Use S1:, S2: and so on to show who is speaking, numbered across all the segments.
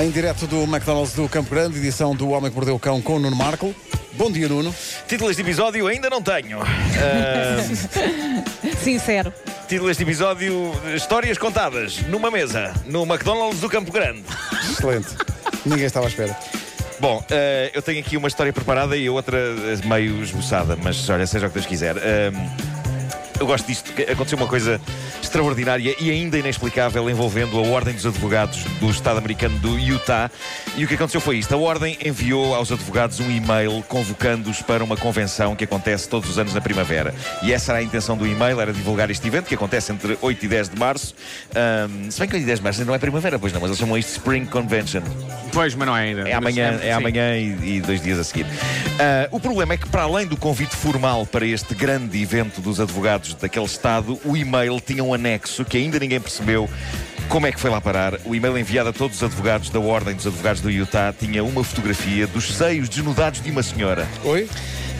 S1: Em direto do McDonald's do Campo Grande, edição do Homem que Mordeu o Cão com o Nuno Marco. Bom dia, Nuno.
S2: Título deste episódio ainda não tenho. Ah,
S3: Sincero.
S2: título deste episódio: Histórias contadas numa mesa, no McDonald's do Campo Grande.
S1: Excelente. Ninguém estava à espera.
S2: Bom, ah, eu tenho aqui uma história preparada e outra eh, meio esboçada, mas olha, seja o que Deus quiser. Ah, eu gosto disto, que aconteceu uma coisa extraordinária e ainda inexplicável envolvendo a Ordem dos Advogados do Estado americano do Utah. E o que aconteceu foi isto: a Ordem enviou aos advogados um e-mail convocando-os para uma convenção que acontece todos os anos na primavera. E essa era a intenção do e-mail, era divulgar este evento que acontece entre 8 e 10 de março. Ahm, se bem que 8 e 10 de março ainda não é primavera, pois não, mas eles chamam isto Spring Convention.
S4: Pois, mas não é ainda.
S2: É amanhã,
S4: Mas,
S2: é
S4: sim.
S2: amanhã e, e dois dias a seguir. Ah, o problema é que, para além do convite formal para este grande evento dos advogados daquele Estado, o e-mail tinha um anexo que ainda ninguém percebeu. Como é que foi lá parar? O e-mail enviado a todos os advogados da Ordem dos Advogados do Utah tinha uma fotografia dos seios desnudados de uma senhora.
S1: Oi?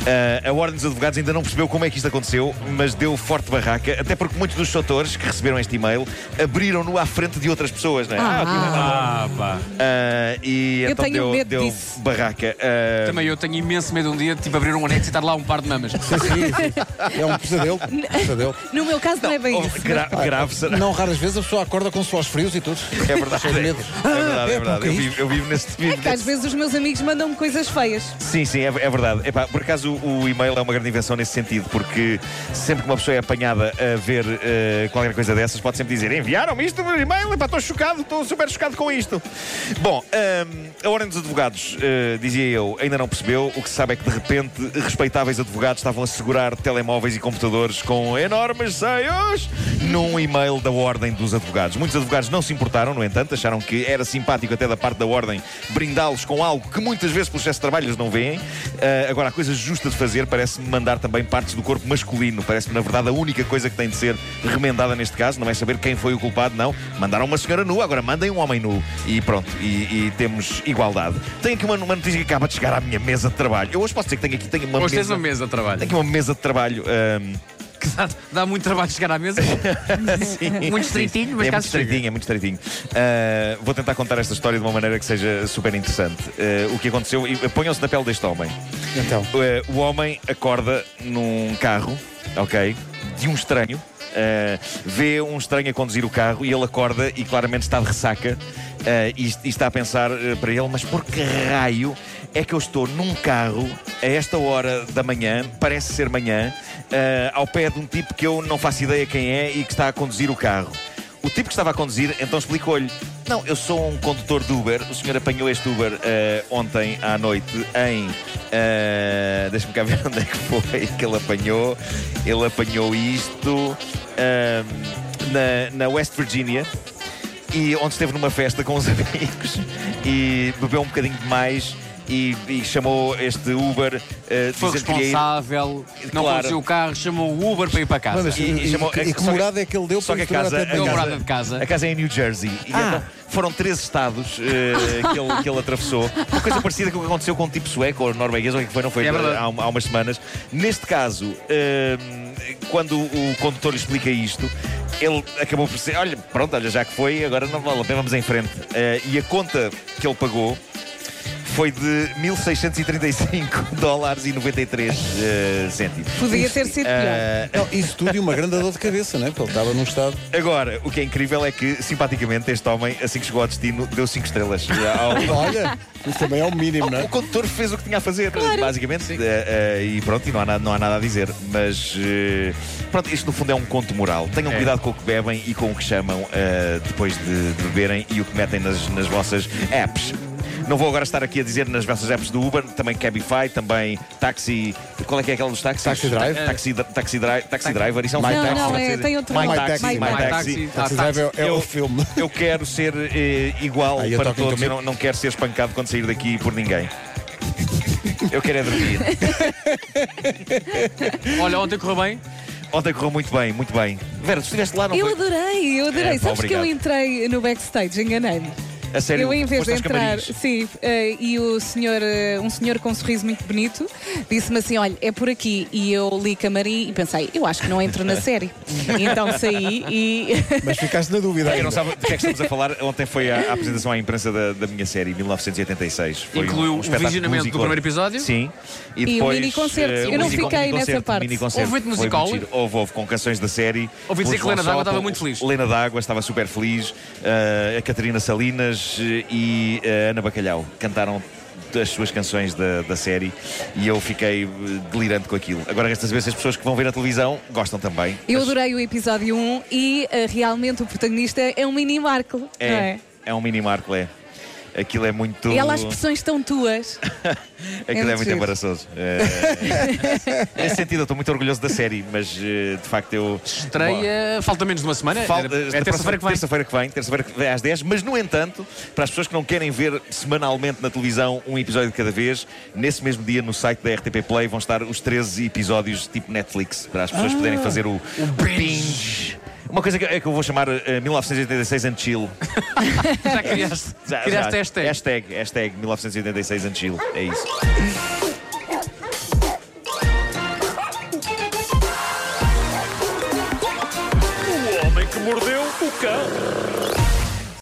S2: Ah, a Ordem dos Advogados ainda não percebeu como é que isto aconteceu, mas deu forte barraca, até porque muitos dos autores que receberam este e-mail abriram-no à frente de outras pessoas, não é?
S3: Ah.
S2: aqui vai lá.
S4: Ah, pá.
S2: Ah, e
S3: Eu
S2: então
S3: tenho
S2: deu,
S3: medo
S2: deu
S3: disso.
S2: barraca. Ah,
S4: Também eu tenho imenso medo um dia de tipo, abrir um anexo e estar lá um par de mamas.
S1: Sim, sim, sim. É um pesadelo. pesadelo.
S3: No meu caso não, é bem
S2: oh,
S3: isso.
S2: gra- grave será.
S1: Não raras vezes a pessoa acorda com suores frios e tudo.
S2: É verdade. É
S1: Cheio de medo.
S2: verdade, é
S1: é, pá, o
S2: verdade.
S1: que é
S2: Eu
S1: isto?
S2: vivo, eu vivo nesse.
S3: É
S2: Vivo
S3: que às
S2: nesse...
S3: vezes os meus amigos mandam-me coisas feias.
S2: Sim, sim, é, é verdade. Epá, por acaso o, o e-mail é uma grande invenção nesse sentido, porque sempre que uma pessoa é apanhada a ver eh, qualquer coisa dessas, pode sempre dizer: enviaram-me isto no e-mail, epá, estou chocado, estou super chocado com isto. Bom, ahm, a Ordem dos Advogados, eh, dizia eu, ainda não percebeu. O que se sabe é que de repente respeitáveis advogados estavam a segurar telemóveis e computadores com enormes seios num e-mail da Ordem dos Advogados. Muitos advogados não se importaram, no entanto, acharam que era simpático até da parte da Ordem brindá-los com algo que muitas vezes pelo excesso de trabalho eles não veem. Ah, agora, a coisa justa de fazer parece-me mandar também partes do corpo masculino. Parece-me, na verdade, a única coisa que tem de ser remendada neste caso. Não é saber quem foi o culpado, não. Mandaram uma senhora nua, agora mandem um homem nu. E pronto, e, e temos igualdade. Tenho aqui uma, uma notícia que acaba de chegar à minha mesa de trabalho. Eu hoje posso dizer que tenho aqui tenho uma
S4: Hoje tens
S2: mesa.
S4: um- uma mesa de trabalho.
S2: Tenho aqui uma mesa de trabalho. ah,
S4: Que dá, dá muito trabalho chegar à mesa.
S2: Sim.
S4: Muito estreitinho, mas
S2: é muito
S4: caso chega.
S2: estreitinho, é muito estreitinho. Ah, vou tentar contar esta história de uma maneira que seja super interessante. Ah, o que aconteceu, e ponham-se na pele deste homem.
S1: Então,
S2: Ah, o homem acorda num carro, ok, de um estranho, ah, vê um estranho a conduzir o carro e ele acorda e claramente está de ressaca ah, e, e está a pensar ah, para ele, mas por que raio é que eu estou num carro a esta hora da manhã, parece ser manhã, ah, ao pé de um tipo que eu não faço ideia quem é e que está a conduzir o carro. O tipo que estava a conduzir então explicou-lhe: Não, eu sou um condutor de Uber. O senhor apanhou este Uber eh, ontem à noite em. eh, Deixa-me cá ver onde é que foi que ele apanhou. Ele apanhou isto eh, na, na West Virginia. E onde esteve numa festa com os amigos e bebeu um bocadinho demais e, e chamou este Uber. eh,
S4: Foi
S2: dizendo que queria ir-
S4: responsável, não
S2: Claro.
S4: conduziu o carro, chamou o Uber para ir para casa.
S1: mas-
S2: e, e
S1: E-
S2: chamou- eh,
S1: e- e que
S2: só
S1: morada é que ele deu
S2: só
S1: para
S2: que a
S1: misturar
S2: casa,
S1: até
S2: a
S1: de
S4: Deu
S2: casa-
S4: morada de casa. Ah.
S2: A casa é em New Jersey. E então foram três estados eh, que, ele, que ele atravessou. Uma coisa parecida com o que aconteceu com um tipo sueco ou norueguês, ou o que foi, não foi?
S4: É verdade.
S2: há, há umas semanas. Neste caso, eh, quando o condutor lhe explica isto, ele acabou por dizer: olha, pronto, olha, já que foi, agora não vale a pena, vamos em frente. Eh, e a conta que ele pagou foi de 1635 dólares e 93 eh, cêntimos.
S3: Podia ter sido pior.
S2: Eh,
S1: não, isso tudo e uma grande dor de cabeça, não é? Porque ele estava num estado.
S2: Agora, o que é incrível é que, simpaticamente, este homem, assim que chegou ao destino, deu 5 estrelas. Ao-
S1: Olha, isso também é o mínimo, não
S2: ao-
S1: é?
S2: O condutor fez o que tinha a fazer, basicamente. Eh, eh, e pronto, e não há, nada, não há nada a dizer. Mas, eh, pronto, isto no fundo é um conto moral. Tenham
S4: É.
S2: cuidado com o que bebem e com o que chamam eh, depois de, de beberem e o que metem nas, nas vossas apps. Não vou agora estar aqui a dizer nas vossas apps do Uber, também Cabify, também Taxi. Qual é que é aquela dos táxis?
S1: Taxi Drive.
S2: Taxi, taxi, dri- taxi Driver. Isso é um
S1: My
S2: filme.
S1: Taxi.
S3: Não, não, é- tem outro
S2: My
S3: nome.
S2: Taxi.
S3: My
S2: My
S4: Taxi.
S2: Taxi.
S4: Ah,
S1: Taxi Drive é, é
S2: tá. Eu-
S1: o filme.
S2: Eu quero ser eh, igual
S1: Ah, eu
S2: para
S1: toco no
S2: todos. Eu
S1: caminho.
S2: não, não quero ser espancado quando sair daqui por ninguém. Eu quero é dormir.
S4: Olha, ontem correu bem.
S2: Ontem correu muito bem, muito bem. Vera, tu estiveste lá, não
S3: Eu
S2: foi?
S3: adorei, eu adorei.
S2: É, pá,
S3: Sabes que eu
S2: obrigado.
S3: entrei no backstage, enganei-me.
S2: A sério,
S3: eu em vez
S2: foste
S3: de
S2: aos
S3: entrar,
S2: camarins.
S3: sim, eh, e o senhor, eh, um senhor com um sorriso muito bonito, disse-me assim: olha, é por aqui. E eu li camarim e pensei, eu acho que não entro na série. E então saí e.
S1: Mas ficaste na dúvida.
S2: Eu
S1: ainda.
S2: não sabe do que é que estamos a falar. Ontem foi a, a apresentação à imprensa da, da minha série, 1986. Foi um
S4: Incluiu o
S2: espetáculo
S4: visionamento do
S2: musical.
S4: primeiro episódio?
S2: Sim. E,
S3: o
S2: depois,
S3: miniconcerto.
S2: eh,
S3: Eu
S2: o
S4: não
S2: minico-
S4: fiquei
S2: miniconcerto,
S3: nessa parte.
S2: miniconcerto.
S4: Houve muito
S2: Foi
S4: musical?
S2: muito giro. Houve, houve, com canções da série.
S4: Ouvi dizer
S2: Pelo João
S4: que Lena D'Água
S2: Sota,
S4: estava muito feliz.
S2: Lena D'Água estava super feliz. eh, a Catarina Salinas eh, e a Ana Bacalhau cantaram as suas canções da, da série e eu fiquei eh, delirante com aquilo. Agora, resta saber se as pessoas que vão ver na televisão gostam também.
S3: Eu
S2: Mas-
S3: adorei o episódio 1 e eh, realmente o protagonista é um mini Marco.
S2: É,
S3: não
S2: é? um mini Marco, é. Aquilo é muito.
S3: E ela, as expressões estão tuas.
S2: Aquilo é,
S3: muito
S2: muito
S3: giro.
S2: embaraçoso. Eh, nesse sentido, eu estou muito orgulhoso da série, mas eh, de facto eu.
S4: Estreia, eh, falta menos de uma semana.
S2: Bom, fal-
S4: Era-
S2: eh,
S4: é terça-feira que vem.
S2: Terça-feira que vem, terça-feira que vem às 10. Mas, no entanto, para as pessoas que não querem ver semanalmente na televisão um episódio de cada vez, nesse mesmo dia no site da RTP Play vão estar os 13 episódios tipo Netflix, para as pessoas
S3: Ah.
S2: poderem fazer o, o binge. Uma coisa que, é que eu vou chamar eh, 1986 and Chill.
S4: Já criaste,
S2: Já,
S4: criaste
S2: já.
S4: hashtag.
S2: Hashtag, hashtag 1986 and Chill. É isso.
S5: O homem que mordeu o cão.